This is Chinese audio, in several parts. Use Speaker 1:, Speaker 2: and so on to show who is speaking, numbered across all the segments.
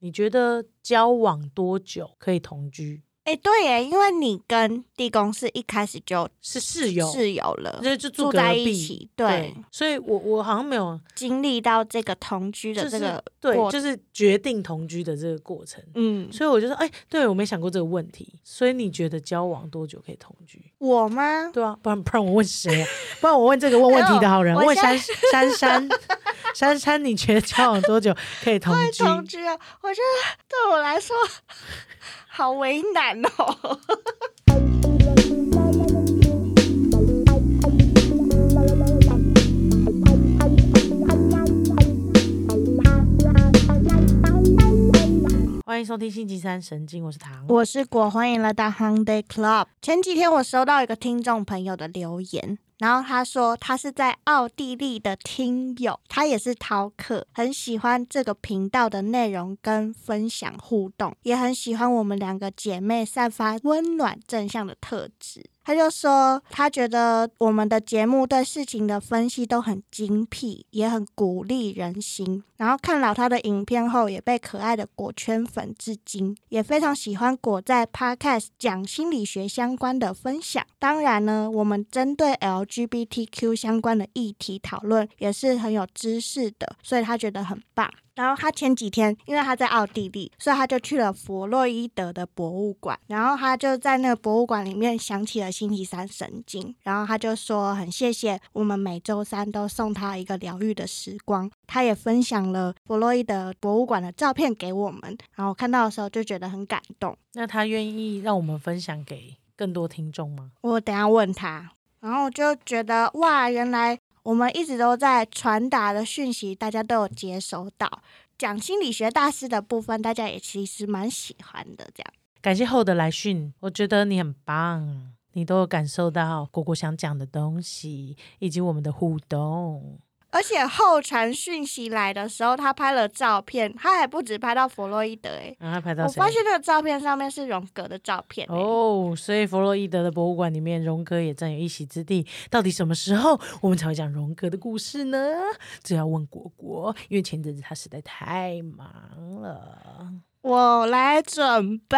Speaker 1: 你觉得交往多久可以同居？
Speaker 2: 哎、对耶，因为你跟地公是一开始就是
Speaker 1: 室友，
Speaker 2: 室友了，
Speaker 1: 就就
Speaker 2: 住
Speaker 1: 隔
Speaker 2: 在
Speaker 1: 壁
Speaker 2: 一起，对，，
Speaker 1: 所以我我好像没有，
Speaker 2: 经历到这个同居
Speaker 1: 就
Speaker 2: 的
Speaker 1: 是
Speaker 2: 这个，
Speaker 1: 对，
Speaker 2: 过
Speaker 1: 就是决定同居的这个过程。
Speaker 2: 嗯，
Speaker 1: 所以我就说，哎、对我没想过这个问题。所以你觉得交往多久可以同居？
Speaker 2: 我吗？
Speaker 1: 对啊，不然不然我问谁啊？不然我问这个问问题的好人，
Speaker 2: 哎呦我
Speaker 1: 问
Speaker 2: 现
Speaker 1: 珊
Speaker 2: 在
Speaker 1: 珊珊珊珊，你觉得交往多久可以同居？
Speaker 2: 同居啊，我觉得对我来说 好为难哦。
Speaker 1: 欢迎收听星期三神经，我是唐。
Speaker 2: 我是果，欢迎来到 Hyundai Club。前几天我收到一个听众朋友的留言，然后他说他是在奥地利的听友，他也是逃课，很喜欢这个频道的内容跟分享互动，也很喜欢我们两个姐妹散发温暖正向的特质。他就说，他觉得我们的节目对事情的分析都很精辟，也很鼓励人心。然后看了他的影片后，也被可爱的果圈粉至今，也非常喜欢果在 Podcast 讲心理学相关的分享。当然呢，我们针对 LGBTQ 相关的议题讨论也是很有知识的，所以他觉得很棒。然后他前几天，因为他在奥地利，所以他就去了弗洛伊德的博物馆。然后他就在那个博物馆里面想起了星期三神经，然后他就说很谢谢我们每周三都送他一个疗愈的时光。他也分享了弗洛伊德博物馆的照片给我们，然后我看到的时候就觉得很感动。
Speaker 1: 那他愿意让我们分享给更多听众吗？
Speaker 2: 我等一下问他，然后我就觉得哇，原来我们一直都在传达的讯息，大家都有接收到。讲心理学大师的部分，大家也其实蛮喜欢的。这样，
Speaker 1: 感谢后的来讯，我觉得你很棒，你都有感受到果果想讲的东西，以及我们的互动。
Speaker 2: 而且后传讯息来的时候，他拍了照片，他还不止拍到弗洛伊德诶、
Speaker 1: 然后拍到
Speaker 2: 我
Speaker 1: 谁？
Speaker 2: 发现那个照片上面是荣格的照片、欸、
Speaker 1: 哦，所以弗洛伊德的博物馆里面，荣格也占有一席之地。到底什么时候我们才会讲荣格的故事呢？这要问果果，因为前阵子他实在太忙了。
Speaker 2: 我来准备，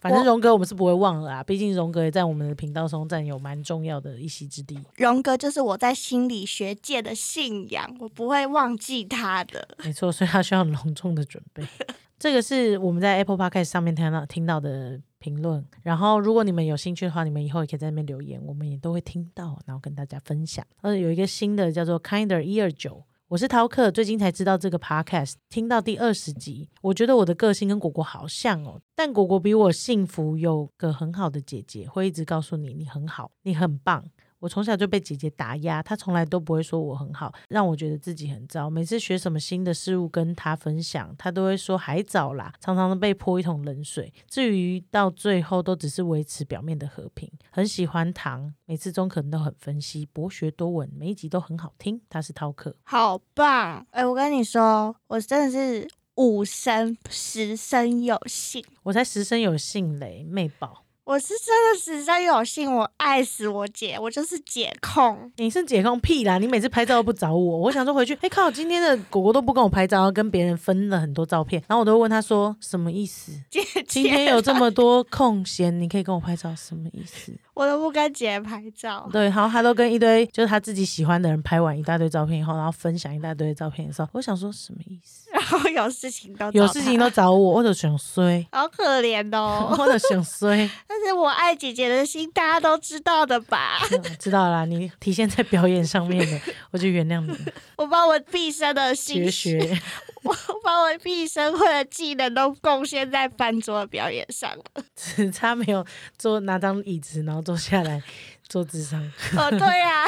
Speaker 1: 反正
Speaker 2: 我
Speaker 1: 荣格我们是不会忘了啊，毕竟荣格也在我们的频道中占有蛮重要的一席之地。
Speaker 2: 荣格就是我在心理学界的信仰，我不会忘记他的。
Speaker 1: 没错，所以他需要很隆重的准备。 这个是我们在 Apple Podcast 上面听到听到的评论，然后如果你们有兴趣的话，你们以后也可以在那边留言，我们也都会听到，然后跟大家分享。呃，有一个新的叫做 Kinder 一二九。我是陶克，最近才知道这个 podcast，听到第二十集，我觉得我的个性跟果果好像哦，但果果比我幸福，有个很好的姐姐，会一直告诉你你很好，你很棒，我从小就被姐姐打压，她从来都不会说我很好，让我觉得自己很糟。每次学什么新的事物跟她分享，她都会说还早啦，常常被泼一桶冷水。至于到最后，都只是维持表面的和平。很喜欢唐，每次中肯都很分析，博学多闻，每一集都很好听。他是饕客，
Speaker 2: 好棒！哎、我跟你说，我真的是五生十生有幸，
Speaker 1: 我才十生有幸嘞，妹宝，
Speaker 2: 我是真的十生有幸，我爱死我姐，我就是姐控。
Speaker 1: 你是解控屁啦！你每次拍照都不找我，我想说回去，哎、靠，今天的果果都不跟我拍照，然后跟别人分了很多照片，然后我都会问他说什么意思。
Speaker 2: 姐
Speaker 1: 今天
Speaker 2: 姐
Speaker 1: 有这么多空闲，你可以跟我拍照，什么意思？
Speaker 2: 我都不跟姐拍照，
Speaker 1: 对，好，他都跟一堆就是他自己喜欢的人拍完一大堆照片以后，然后分享一大堆照片的时候，我想说什么意思？
Speaker 2: 然后有事情都
Speaker 1: 有
Speaker 2: 找
Speaker 1: 事
Speaker 2: 她
Speaker 1: 情都找我，我就想衰，
Speaker 2: 好可怜 哦。
Speaker 1: 我就想衰。
Speaker 2: 但是我爱姐姐的心，大家都知道的吧？
Speaker 1: 嗯知道啦，你体现在表演上面的，我就原谅你。
Speaker 2: 我把我毕生的
Speaker 1: 绝
Speaker 2: 心血
Speaker 1: 学，
Speaker 2: 我把我毕生会的技能都贡献在翻桌的表演上了。
Speaker 1: 只差没有坐拿张椅子，然后坐下来做智商。
Speaker 2: 哦，对啊，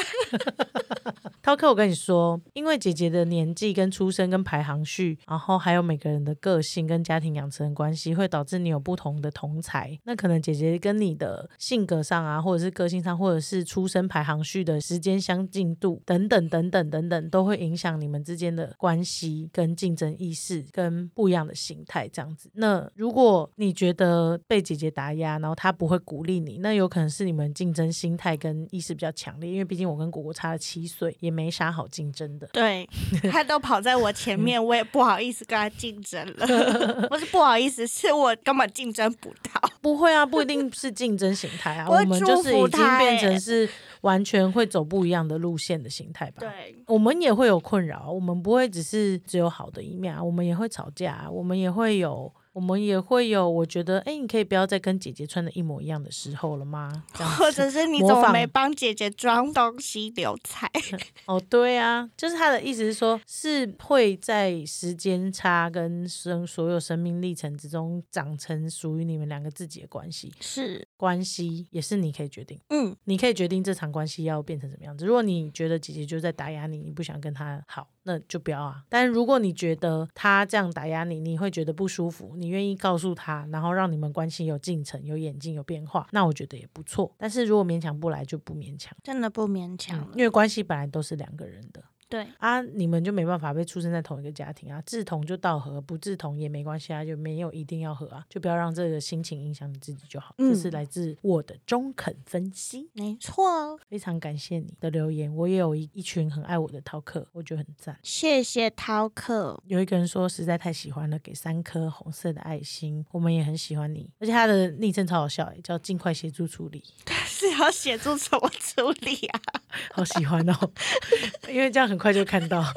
Speaker 1: 涛克，我跟你说，因为姐姐的年纪、跟出生、跟排行序，然后还有每个人的个性跟家庭养成的关系，会导致你有不同的同才。那可能姐姐跟你的性格上啊，或者是个性上，或者是出生排行序的时间相近度等等等等等等，都会影响你们之间的关系、跟竞争意识、跟不一样的心态这样子。那如果你觉得被姐姐打压，然后她不会鼓励你，那有可能是你们竞争心态。态跟意识比较强烈，因为毕竟我跟果果差了七岁，也没啥好竞争的。
Speaker 2: 对他都跑在我前面，我也不好意思跟他竞争了。 不是不好意思，是我根本竞争不到。
Speaker 1: 不会啊，不一定是竞争形态啊，
Speaker 2: 我
Speaker 1: 我
Speaker 2: 会
Speaker 1: 们就是已
Speaker 2: 祝福
Speaker 1: 经
Speaker 2: 他
Speaker 1: 变
Speaker 2: 欸
Speaker 1: 成是完全会走不一样的路线的形态吧。
Speaker 2: 对，
Speaker 1: 我们也会有困扰，我们不会只是只有好的一面啊，我们也会吵架啊，我们也会有，我们也会有，我觉得，哎，你可以不要再跟姐姐穿的一模一样的时候了吗？这样
Speaker 2: 或者是你怎
Speaker 1: 模
Speaker 2: 么
Speaker 1: 仿
Speaker 2: 没帮姐姐装东西留菜？
Speaker 1: 哦，对啊，就是他的意思是说，是会在时间差跟生所有生命历程之中长成属于你们两个自己的关系，
Speaker 2: 是，
Speaker 1: 关系也是你可以决定。
Speaker 2: 嗯，
Speaker 1: 你可以决定这场关系要变成什么样子。如果你觉得姐姐就在打压你，你不想跟她好，那就不要啊。但如果你觉得她这样打压你，你会觉得不舒服，你愿意告诉她，然后让你们关系有进程、有演进、有变化，那我觉得也不错。但是如果勉强不来，就不勉强，
Speaker 2: 真的不勉强
Speaker 1: 嗯
Speaker 2: 了。
Speaker 1: 因为关系本来都是两个人的。
Speaker 2: 对，
Speaker 1: 啊，你们就没办法被出生在同一个家庭啊，志同就道合，不志同也没关系啊，就没有一定要合啊，就不要让这个心情影响你自己就好。
Speaker 2: 嗯
Speaker 1: 这是来自我的中肯分析。
Speaker 2: 没错。哦
Speaker 1: 非常感谢你的留言，我也有一一群很爱我的饕客，我觉得很赞。
Speaker 2: 谢谢涛客，
Speaker 1: 有一个人说实在太喜欢了，给三颗红色的爱心，我们也很喜欢你。而且他的昵称超好笑、欸，叫“尽快协助处理
Speaker 2: 是要写出什么处理啊？”，
Speaker 1: 好喜欢哦， 因为这样很快就看到。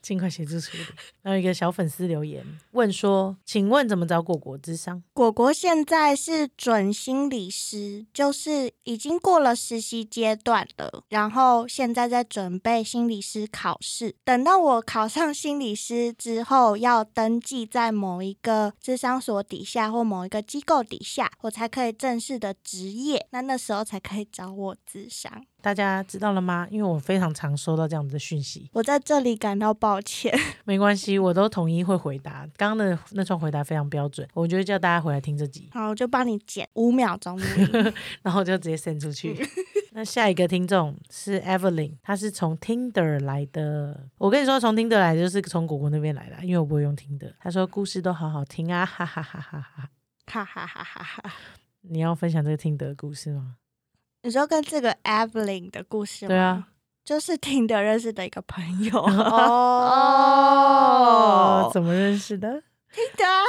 Speaker 1: 尽快协助处理。然后一个小粉丝留言问说：“请问怎么找果果智商？
Speaker 2: 果果现在是准心理师，就是已经过了实习阶段了，然后现在在准备心理师考试。等到我考上心理师之后，要登记在某一个智商所底下或某一个机构底下，我才可以正式的职业。那那时候才可以找我智商。
Speaker 1: 大家知道了吗？因为我非常常收到这样子的讯息。
Speaker 2: 我在这里感到抱歉，
Speaker 1: 没关系，我都统一会回答。刚刚的那串回答非常标准，我觉得叫大家回来听这集。
Speaker 2: 好，我就帮你剪五秒钟录音。
Speaker 1: 然后就直接 send 出
Speaker 2: 嗯
Speaker 1: 去。 那下一个听众是 Evelyn，她是从 Tinder 来的。我跟你说，从 Tinder 来的就是从果果那边来的，啊因为我不会用 Tinder。她说故事都好好听啊，哈哈哈哈哈哈。
Speaker 2: 哈哈哈哈哈哈！
Speaker 1: 你要分享这个 Tinder 的故事吗？
Speaker 2: 你说跟这个 Evelyn 的故事吗？
Speaker 1: 对啊，
Speaker 2: 就是听的认识的一个朋友
Speaker 1: 哦
Speaker 2: 哦，
Speaker 1: 怎么认识的
Speaker 2: 听的啊，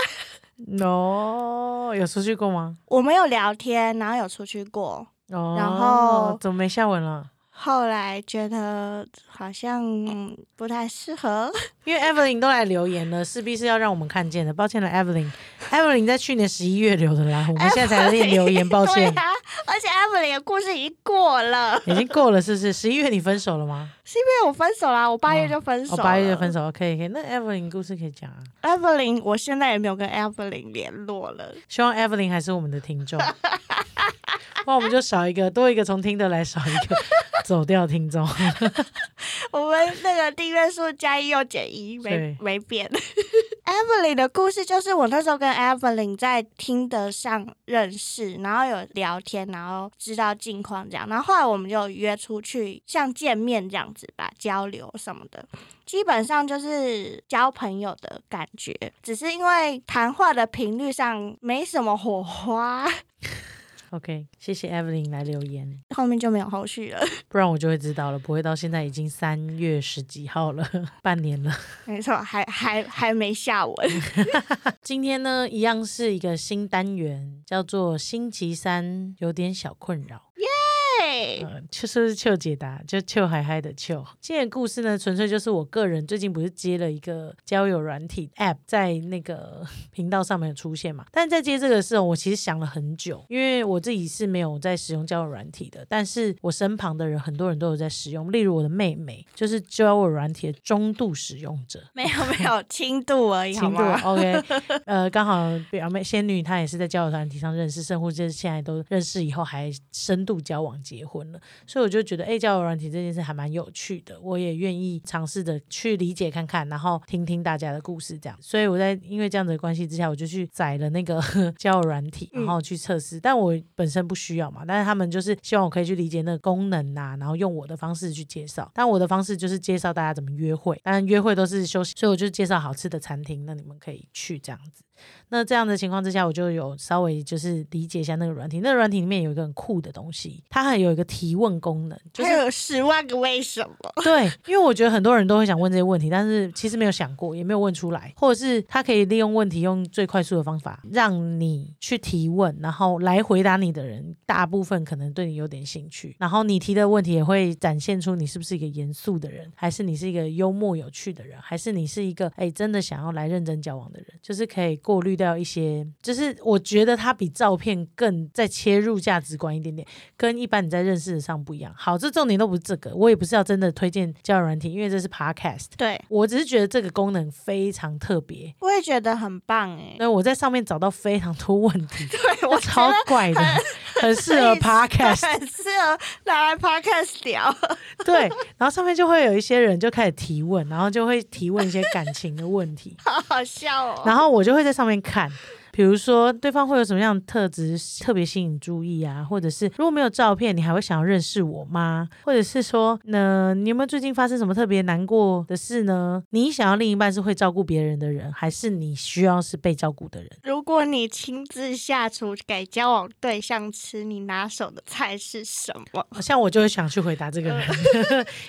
Speaker 1: ？No，有出去过吗？
Speaker 2: 我们有聊天，然后有出去过，
Speaker 1: 哦，
Speaker 2: 然后
Speaker 1: 怎么没下文了？
Speaker 2: 后来觉得好像嗯不太适合，
Speaker 1: 因为 Evelyn 都来留言了，势必是要让我们看见的。抱歉了，Evelyn。Evelyn 在去年十一月留的啦，我们现在才念留言，抱
Speaker 2: 对
Speaker 1: 歉。
Speaker 2: 啊，而且 Evelyn 的故事已经过 了，
Speaker 1: 已经过了是不是？十一月你分手了吗？
Speaker 2: 是因为我分手啦，我八月就分手
Speaker 1: 哦，
Speaker 2: 了，
Speaker 1: 八月就分手，可以可以。那 Evelyn 故事可以讲啊，
Speaker 2: Evelyn，我现在也没有跟 Evelyn 联络了，
Speaker 1: 希望 Evelyn 还是我们的听 众，不然我们就少一个，多一个从听的来少一个走掉听众。
Speaker 2: 我们那个订阅数加一又减一，没
Speaker 1: 对
Speaker 2: 没变。Evelyn 的故事就是我那时候跟 Evelyn 在听得上认识，然后有聊天，然后知道近况这样，然后后来我们就约出去，像见面这样子吧，交流什么的，基本上就是交朋友的感觉，只是因为谈话的频率上没什么火花，
Speaker 1: OK，谢谢 Evelyn 来留言，
Speaker 2: 后面就没有后续了。
Speaker 1: 不然我就会知道了，不会到现在已经三月十几号了， 半年了。
Speaker 2: 没错，还还还没下文。
Speaker 1: 今天呢，一样是一个新单元，叫做星期三有点小困扰。
Speaker 2: 对，
Speaker 1: 呃，就是不是秋解答，就秋海嗨的秋。今天的故事呢，纯粹就是我个人最近不是接了一个交友软体 App，在那个 频道上面有出现嘛？但在接这个的时候，我其实想了很久，因为我自己是没有在使用交友软体的，但是我身旁的人很多人都有在使用，例如我的妹妹，就是交友软体的中度使用者。
Speaker 2: 没有没有，轻度啊而已，好
Speaker 1: 轻度
Speaker 2: 吗？
Speaker 1: OK，呃，刚好表妹仙女她也是在交友团体上认识，甚或就是现在都认识以后还深度交往结婚了，所以我就觉得，哎、交友软体这件事还蛮有趣的，我也愿意尝试着去理解看看，然后听听大家的故事这样。所以我在因为这样子的关系之下，我就去载了那个 交友软体，然后去测试，但我本身不需要嘛，但是他们就是希望我可以去理解那个功能呐、然后用我的方式去介绍，但我的方式就是介绍大家怎么约会，当然约会都是休息，所以我就介绍好吃的餐厅，那你们可以去这样子。那这样的情况之下，我就有稍微就是理解一下那个软体。那个软体里面有一个很酷的东西，它还有一个提问功能，就
Speaker 2: 还
Speaker 1: 是
Speaker 2: 有十万个为什么，
Speaker 1: 对，因为我觉得很多人都会想问这些问题，但是其实没有想过，也没有问出来，或者是他可以利用问题用最快速的方法让你去提问，然后来回答你的人，大部分可能对你有点兴趣，然后你提的问题也会展现出你是不是一个严肃的人，还是你是一个幽默有趣的人，还是你是一个哎真的想要来认真交往的人，就是可以过滤掉一些，就是我觉得它比照片更再切入价值观一点点。跟一般你在认识上不一样。好，这重点都不是这个，我也不是要真的推荐交友软体，因为这是 podcast。
Speaker 2: 对
Speaker 1: 我只是觉得这个功能非常特别，
Speaker 2: 我也觉得很棒哎、
Speaker 1: 那我在上面找到非常多问题，
Speaker 2: 对 我
Speaker 1: 超怪的，很适合 podcast。
Speaker 2: 很适合拿来 podcast 聊。
Speaker 1: 对，然后上面就会有一些人就开始提问，然后就会提问一些感情的问题。
Speaker 2: 好好笑哦。
Speaker 1: 然后我就会在上面看，比如说对方会有什么样的特质特别吸引注意啊，或者是如果没有照片，你还会想要认识我吗？或者是说，呢、你有没有最近发生什么特别难过的事呢？你想要另一半是会照顾别人的人，还是你需要是被照顾的人？
Speaker 2: 如果你亲自下厨给交往对象吃，你拿手的菜是什么？
Speaker 1: 好哦像我就会想去回答这个 人，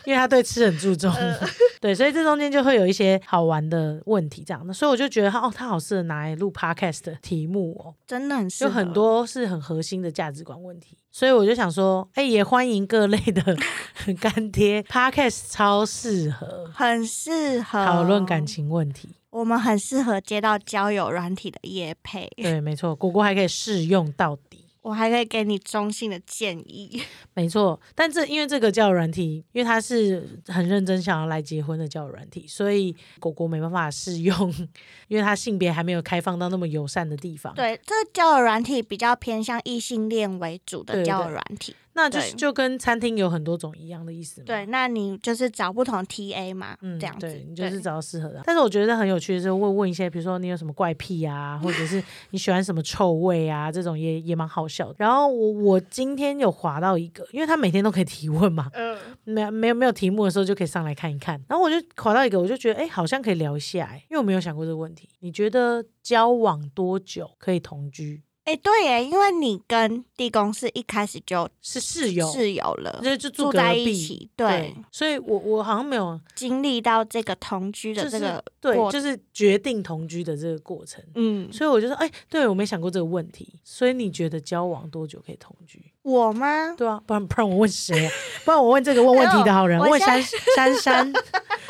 Speaker 1: 因为他对吃很注重， 对，所以这中间就会有一些好玩的问题这样。那所以我就觉得他哦，他好适合拿来录 podcast 的题目哦。
Speaker 2: 真的很适
Speaker 1: 有
Speaker 2: 合
Speaker 1: 很多是很核心的价值观问题，所以我就想说，哎、也欢迎各类的 干爹，Podcast 超适合
Speaker 2: 很适合
Speaker 1: 讨论感，情问 题。
Speaker 2: 我们很适合接到交友软体的业配，
Speaker 1: 对，没错，果果还可以试用到底。
Speaker 2: 我还可以给你中性的建议。
Speaker 1: 没错，但这因为这个交友软体，因为他是很认真想要来结婚的交友软体，所以果果没办法试用， 因为他性别还没有开放到那么友善的地方。
Speaker 2: 对，这个交友软体比较偏向异性恋为主
Speaker 1: 对
Speaker 2: 的
Speaker 1: 对
Speaker 2: 交友软体。
Speaker 1: 那就是
Speaker 2: 对
Speaker 1: 就跟餐厅有很多种一样的意思嘛。
Speaker 2: 对，那你就是找不同 TA 嘛，
Speaker 1: 嗯，
Speaker 2: 这样子。
Speaker 1: 对你就是
Speaker 2: 对
Speaker 1: 找到适合的啊。但是我觉得很有趣的是，会问一些，比如说你有什么怪癖啊，或 者是你喜欢什么臭味啊，这种也也蛮好笑的。然后我我今天有划到一个，因为他每天都可以提问嘛，
Speaker 2: 嗯，
Speaker 1: 没有没有没有题目的时候就可以上来看一看。然后我就划到一个，我就觉得哎、诶好像可以聊一下、诶因为我没有想过这个问题。你觉得交往多久可以同居？
Speaker 2: 哎，对耶，因为你跟地公是一开始就是
Speaker 1: 室友，
Speaker 2: 室友了，
Speaker 1: 就就住
Speaker 2: 住
Speaker 1: 隔
Speaker 2: 在
Speaker 1: 壁
Speaker 2: 一起，对，，
Speaker 1: 所以我我好像没有，
Speaker 2: 经历到这个同居
Speaker 1: 就
Speaker 2: 的
Speaker 1: 是
Speaker 2: 这个，
Speaker 1: 对，
Speaker 2: 过
Speaker 1: 就是决定同居的这个过程。
Speaker 2: 嗯，
Speaker 1: 所以我就说，哎、对我没想过这个问题。所以你觉得交往多久可以同居？
Speaker 2: 我吗？
Speaker 1: 对啊，不然不然我问谁、啊？不然我问这个问问题的好人，
Speaker 2: 没有
Speaker 1: 问
Speaker 2: 我
Speaker 1: 珊珊珊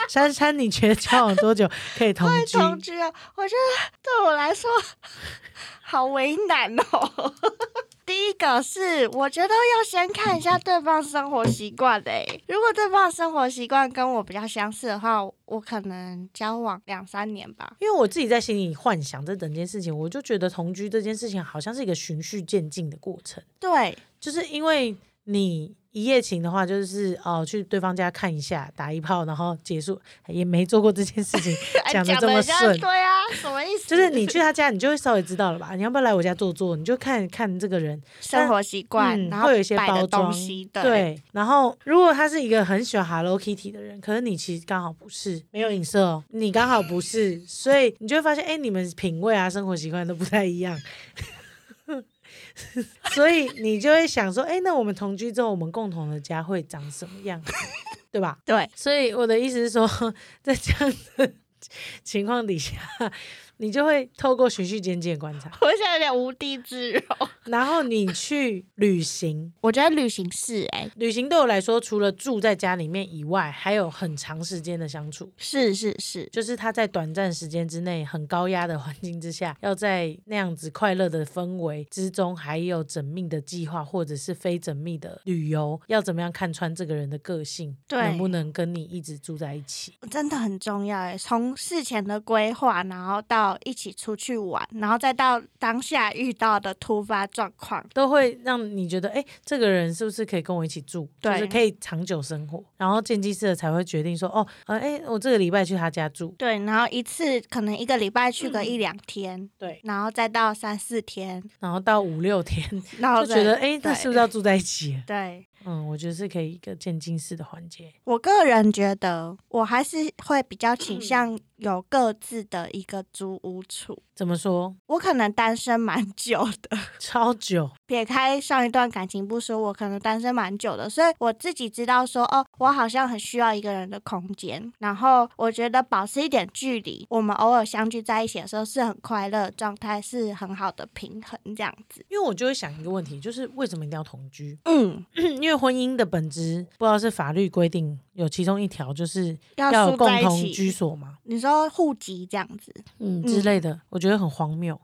Speaker 1: 珊珊，你觉得交往多久可以同居？
Speaker 2: 同居啊，我觉得对我来说好为难哦。 第一个是，我觉得要先看一下对方生活习惯诶。如果对方的生活习惯跟我比较相似的话，我可能交往两三年吧。
Speaker 1: 因为我自己在心里幻想这整件事情，我就觉得同居这件事情好像是一个循序渐进的过程，
Speaker 2: 对，
Speaker 1: 就是因为你。一夜情的话，就是哦、去对方家看一下，打一炮，然后结束，也没做过这件事情
Speaker 2: 哎，
Speaker 1: 讲的这
Speaker 2: 得
Speaker 1: 么
Speaker 2: 像
Speaker 1: 顺，
Speaker 2: 对啊，什么意思？
Speaker 1: 就是你去他家，你就会稍微知道了吧？你要不要来我家坐坐？你就看看这个人，
Speaker 2: 生活习惯，
Speaker 1: 嗯
Speaker 2: 然后
Speaker 1: 会有一些
Speaker 2: 摆
Speaker 1: 包
Speaker 2: 的
Speaker 1: 装
Speaker 2: 东西，对，
Speaker 1: 对。然后，如果他是一个很喜欢 Hello Kitty 的人，可是你其实刚好不是，没有影射哦，你刚好不是，所以你就会发现，哎，你们品味啊、生活习惯都不太一样。 所以你就会想说，哎，那我们同居之后，我们共同的家会长什么样，对吧？
Speaker 2: 对
Speaker 1: 所以我的意思是说，在这样的情况底下，你就会透过循序渐进的观察，
Speaker 2: 我现在有点无地自容。
Speaker 1: 然后你去旅行。欸
Speaker 2: 我觉得旅行是哎、
Speaker 1: 旅行对我来说，除了住在家里面以外，还有很长时间的相处。
Speaker 2: 是是是，
Speaker 1: 就是他在短暂时间之内很高压的环境之下，要在那样子快乐的氛围之中，还有缜密的计划或者是非缜密的旅游，要怎么样看穿这个人的个性，
Speaker 2: 对
Speaker 1: 能不能跟你一直住在一起？
Speaker 2: 真的很重要哎。从事前的规划，然后到一起出去玩，然后再到当下遇到的突发状况，
Speaker 1: 都会让你觉得，哎、这个人是不是可以跟我一起住，
Speaker 2: 对
Speaker 1: 就是可以长久生活，然后渐进式的才会决定说，哦，呃，哎、我这个礼拜去他家住，
Speaker 2: 对，然后一次可能一个礼拜去
Speaker 1: 嗯
Speaker 2: 个一两天，
Speaker 1: 对，
Speaker 2: 然后再到三四天，
Speaker 1: 然后到五六天，
Speaker 2: 然后
Speaker 1: 就觉得，
Speaker 2: 再
Speaker 1: 哎、那
Speaker 2: 哦对
Speaker 1: 是不是要住在一起了？
Speaker 2: 对，
Speaker 1: 嗯，我觉得是可以一个渐进式的环节。
Speaker 2: 我个人觉得，我还是会比较
Speaker 1: 嗯
Speaker 2: 倾向有各自的一个租屋处。
Speaker 1: 怎么说？
Speaker 2: 我可能单身蛮久的，
Speaker 1: 超久，
Speaker 2: 撇开上一段感情不说，我可能单身蛮久的，所以我自己知道说，哦，我好像很需要一个人的空间。然后我觉得保持一点距离，我们偶尔相聚在一起的时候是很快乐的状态，是很好的平衡这样子。
Speaker 1: 因为我就会想一个问题，就是为什么一定要同居？
Speaker 2: 嗯，
Speaker 1: 因为婚姻的本质，不知道是法律规定有其中一条就是要
Speaker 2: 要
Speaker 1: 有
Speaker 2: 住
Speaker 1: 共
Speaker 2: 在
Speaker 1: 同
Speaker 2: 一
Speaker 1: 居
Speaker 2: 起，
Speaker 1: 所嘛，
Speaker 2: 你说户籍这样子，
Speaker 1: 嗯之类的，我觉得很荒谬。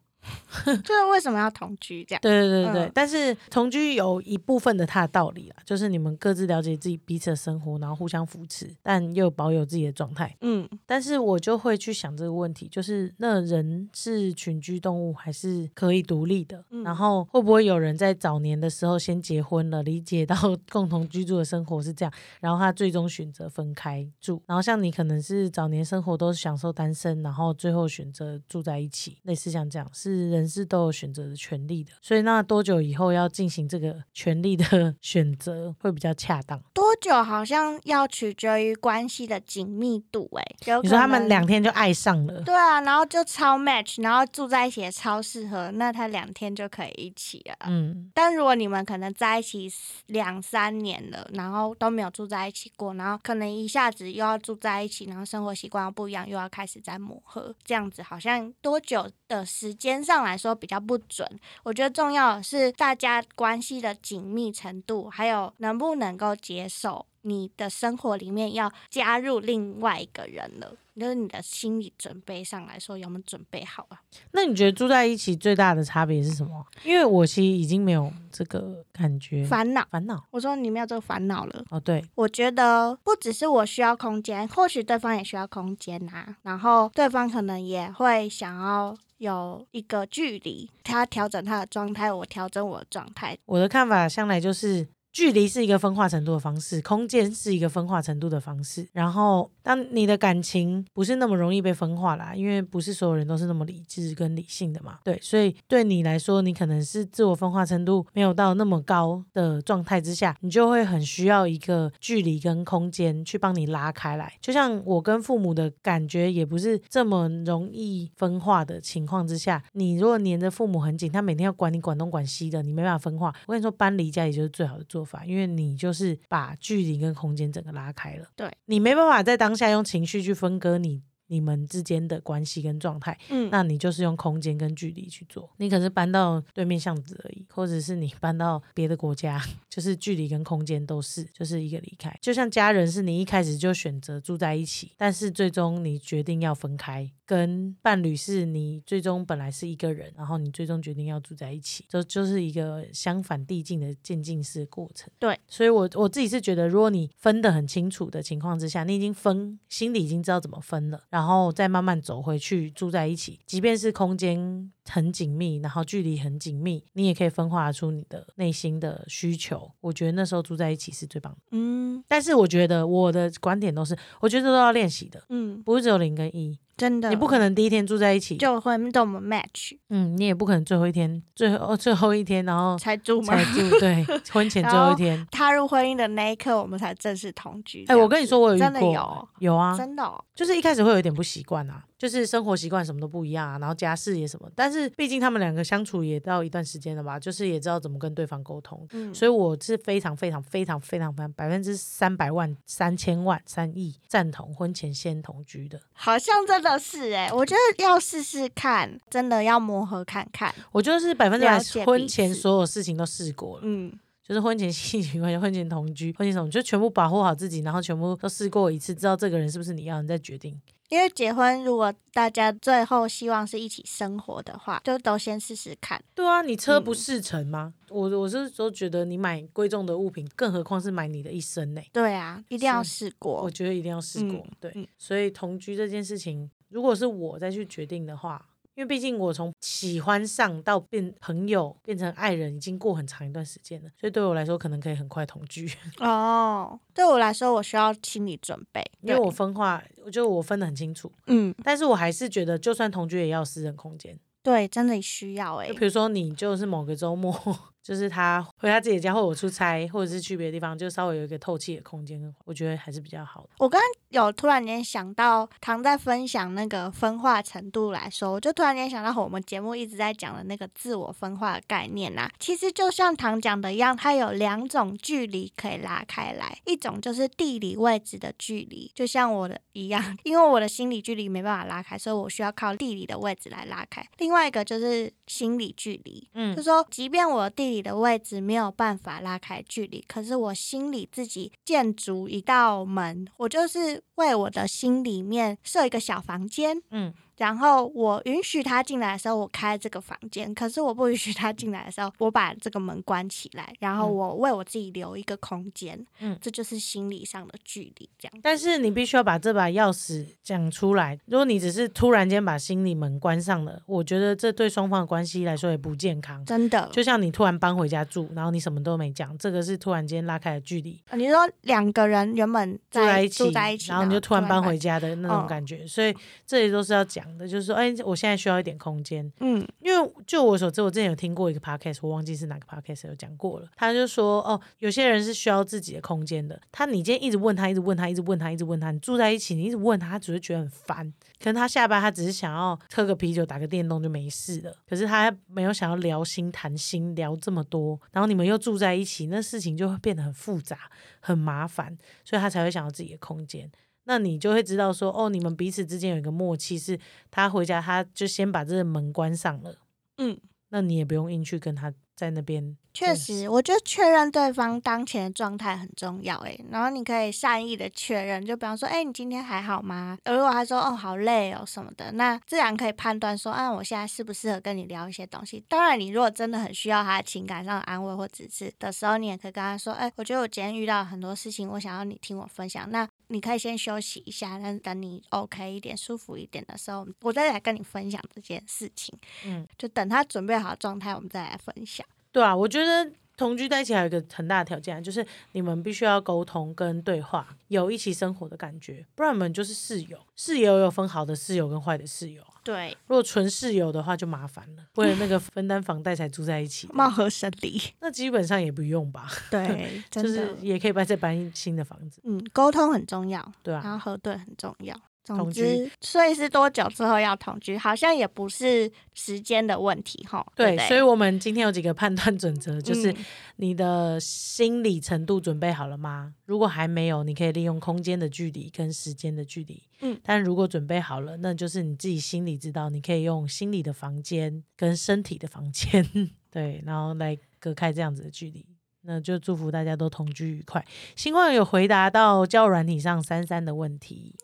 Speaker 2: 就是为什么要同居这样？
Speaker 1: 对对对对，
Speaker 2: 嗯
Speaker 1: 但是同居有一部分的它的道理啦，就是你们各自了解自己彼此的生活，然后互相扶持，但又保有自己的状态。
Speaker 2: 嗯，
Speaker 1: 但是我就会去想这个问题，就是那人是群居动物还是可以独立的？
Speaker 2: 嗯
Speaker 1: 然后会不会有人在早年的时候先结婚了，理解到 共同居住的生活是这样，然后他最终选择分开住？然后像你可能是早年生活都是享受单身，然后最后选择住在一起，类似像这样，是人是都有选择的权利的。所以那多久以后要进行这个权利的 选择会比较恰当？
Speaker 2: 多久好像要取决于关系的紧密度、欸，哎，
Speaker 1: 你说他们两天就爱上了？
Speaker 2: 对啊，然后就超 match，然后住在一起也超适合，那他两天就可以一起了。
Speaker 1: 嗯，
Speaker 2: 但如果你们可能在一起两三年了，然后都没有住在一起过，然后可能一下子又要住在一起，然后生活习惯又不一样，又要开始在磨合，这样子好像多久的时间上来说比较不准。我觉得重要的是大家关系的紧密程度，还有能不能够接受你的生活里面要加入另外一个人了，就是你的心理准备上来说有没有准备好啊？
Speaker 1: 那你觉得住在一起最大的差别是什么？因为我其实已经没有这个感觉
Speaker 2: 烦恼，
Speaker 1: 烦恼
Speaker 2: 我说你没有这个烦恼了。
Speaker 1: 哦，对，
Speaker 2: 我觉得不只是我需要空间，或许对方也需要空间啊。然后对方可能也会想要有一个距离，他调整他的状态，我调整我的状态。
Speaker 1: 我的看法向来就是。距离是一个分化程度的方式，空间是一个分化程度的方式。然后，当你的感情不是那么容易被分化啦，因为不是所有人都是那么理智跟理性的嘛。对，所以对你来说，你可能是自我分化程度没有到那么高的状态之下，你就会很需要一个距离跟空间去帮你拉开来。就像我跟父母的感觉也不是这么容易分化的情况之下，你如果黏着父母很紧，他每天要管你管东管西的，你没办法分化。我跟你说，搬离家里就是最好的做法，因为你就是把距离跟空间整个拉开了。
Speaker 2: 对，
Speaker 1: 你没办法在当下用情绪去分割你。你们之间的关系跟状态，
Speaker 2: 嗯，
Speaker 1: 那你就是用空间跟距离去做。你可是搬到对面巷子而已，或者是你搬到别的国家， 就是距离跟空间都是，就是一个离开。就像家人是你一开始就选择住在一起，但是最终你决定要分开。跟伴侣是你最终本来是一个人，然后你最终决定要住在一起，这就是一个相反递进的渐进式的过程。所以我我自己是觉得，如果你分得很清楚的情况之下，你已经分心里已经知道怎么分了，然后再慢慢走回去住在一起，即便是空间很紧密，然后距离很紧密，你也可以分化出你的内心的需求。我觉得那时候住在一起是最棒的。
Speaker 2: 嗯
Speaker 1: 但是我觉得我的观点都是，我觉得都要练习的，
Speaker 2: 嗯，
Speaker 1: 不是只有零跟一，
Speaker 2: 真的，
Speaker 1: 你不可能第一天住在一起，
Speaker 2: 就会怎么 match
Speaker 1: 嗯，你也不可能最后一天，最后最后一天，然后
Speaker 2: 才住吗
Speaker 1: 才？住，对，婚前最后一天。
Speaker 2: 踏入婚姻的那一刻，我们才正式同居。
Speaker 1: 哎、我跟你说，我有遇
Speaker 2: 这
Speaker 1: 过，
Speaker 2: 样子真的有，
Speaker 1: 有啊，
Speaker 2: 真的、哦，
Speaker 1: 就是一开始会有点不习惯啊，就是生活习惯什么都不一样啊，然后家事也什么，但是毕竟他们两个相处也到一段时间了吧，就是也知道怎么跟对方沟通，
Speaker 2: 嗯，
Speaker 1: 所以我是非常非常非常非常非常百分之三百万三千万三亿赞同婚前先同居的。
Speaker 2: 好像真的是哎、我觉得要试试看，真的要磨合看看。
Speaker 1: 我就是百分之
Speaker 2: 了
Speaker 1: 百
Speaker 2: 解彼此
Speaker 1: 婚前所有事情都试过了，
Speaker 2: 嗯，
Speaker 1: 就是婚前性行为、婚前同居、婚前什么，就全部把握好自己，然后全部都试过一次，知道这个人是不是你要的，你再决定。
Speaker 2: 因为结婚，如果大家最后希望是一起生活的话，就都先试试看。
Speaker 1: 对啊，你车不
Speaker 2: 嗯
Speaker 1: 事成吗？我我是都觉得你买贵重的物品，更何况是买你的一生呢、
Speaker 2: 对啊，一定要
Speaker 1: 是
Speaker 2: 试
Speaker 1: 我
Speaker 2: 过。
Speaker 1: 觉得一定要试过。
Speaker 2: 嗯
Speaker 1: 对
Speaker 2: 嗯，
Speaker 1: 所以同居这件事情，如果是我再去决定的话，因为毕竟我从喜欢上到变朋友变成爱人，已经过很长一段时间了，所以对我来说可能可以很快同居，
Speaker 2: 哦，对我来说，我需要心理准备，
Speaker 1: 因为
Speaker 2: 对
Speaker 1: 我分化，我就我分得很清楚。
Speaker 2: 嗯，
Speaker 1: 但是我还是觉得，就算同居也要有私人空间。
Speaker 2: 对，真的需要哎、
Speaker 1: 就比如说，你就是某个周末 就是他回他自己的家，或者我出差，或者是去别的地方，就稍微有一个透气的空间，我觉得还是比较好的。
Speaker 2: 我刚刚有突然间想到，唐在分享那个分化程度来说，我就突然间想到我们节目一直在讲的那个自我分化的概念啦、其实就像唐讲的一样，它有两种距离可以拉开来，一种就是地理位置的距离，就像我的一样， 因为我的心理距离没办法拉开，所以我需要靠地理的位置来拉开。另外一个就是心理距离，
Speaker 1: 嗯
Speaker 2: 就说，即便我地理的位置没有办法拉开距离，可是我心里自己建筑一道门，我就是为我的心里面设一个小房间，
Speaker 1: 嗯，
Speaker 2: 然后我允许他进来的时候，我开这个房间；可是我不允许他进来的时候，我把这个门关起来，然后
Speaker 1: 嗯
Speaker 2: 我为我自己留一个空间。
Speaker 1: 嗯
Speaker 2: 这就是心理上的距离，这样。
Speaker 1: 但是你必须要把这把钥匙讲出来。如果你只是突然间把心理门关上了，我觉得这对双方的关系来说也不健康。
Speaker 2: 真的，
Speaker 1: 就像你突然搬回家住，然后你什么都没讲，这个是突然间拉开的距离，
Speaker 2: 呃你说两个人原本
Speaker 1: 住在
Speaker 2: 在
Speaker 1: 一起，
Speaker 2: 在一起，
Speaker 1: 然后你就突然搬回
Speaker 2: 去，
Speaker 1: 家的那种
Speaker 2: 嗯
Speaker 1: 感觉，所以这里都是要讲的，就是说，哎，我现在需要一点空间，
Speaker 2: 嗯，
Speaker 1: 因为就我所知，我之前有听过一个 podcast，我忘记是哪个 podcast 有讲过了，他就说，哦，有些人是需要自己的空间的，他你今天一直问他，一直问他，一直问他，一直问他，你住在一起，你一直问他，他只会觉得很烦，可能他下班他只是想要喝个啤酒、打个电动就没事了，可是他没有想要聊心、谈心、聊这么多，然后你们又住在一起，那事情就会变得很复杂、很麻烦，所以他才会想要自己的空间。那你就会知道说，哦，你们彼此之间有一个默契，是他回家他就先把这个门关上了，
Speaker 2: 嗯，
Speaker 1: 那你也不用硬去跟他在那边，
Speaker 2: 确
Speaker 1: 真的
Speaker 2: 实，我觉得确认对方当前的状态很重要诶。然后你可以善意的确认，就比方说，哎，你今天还好吗？如果他说哦好累哦什么的，那自然可以判断说，啊，我现在适不适合跟你聊一些东西。当然，你如果真的很需要他的情感上的安慰或支持的时候，你也可以跟他说，哎，我觉得我今天遇到很多事情，我想要你听我分享。那你可以先休息一下，那等你 OK 一点、舒服一点的时候，我再来跟你分享这件事情。
Speaker 1: 嗯，
Speaker 2: 就等他准备好状态，我们再来分享。
Speaker 1: 对啊，我觉得同居在一起还有一个很大的条件，啊就是你们必须要沟通跟对话，有一起生活的感觉，不然你们就是室友。室友有分好的室友跟坏的室友啊，
Speaker 2: 对，
Speaker 1: 如果纯室友的话就麻烦了，为了那个 分担房贷才住在一起的，
Speaker 2: 貌合神 离。
Speaker 1: 那基本上也不用吧，
Speaker 2: 对，真
Speaker 1: 就
Speaker 2: 的，
Speaker 1: 是也可以搬再搬新的房子，
Speaker 2: 嗯，沟通很重要，
Speaker 1: 对
Speaker 2: 然
Speaker 1: 啊，
Speaker 2: 后核对很重要。
Speaker 1: 同
Speaker 2: 总
Speaker 1: 居
Speaker 2: 之，所以是多久之后要同居，好像也不是时间的问题哈。
Speaker 1: 对
Speaker 2: 不，对
Speaker 1: 所以我们今天有几个判断准则，就是
Speaker 2: 嗯
Speaker 1: 你的心理程度准备好了吗？如果还没有，你可以利用空间的距离跟时间的距离。
Speaker 2: 嗯，
Speaker 1: 但如果准备好了，那就是你自己心里知道，你可以用心理的房间跟身体的房间， 对，然后来隔开这样子的距离。那就祝福大家都同居愉快。星光有回答到交友软体上珊珊的问 题，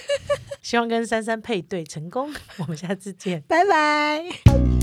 Speaker 1: 希望跟珊珊配对成功。我们下次见。
Speaker 2: 拜拜。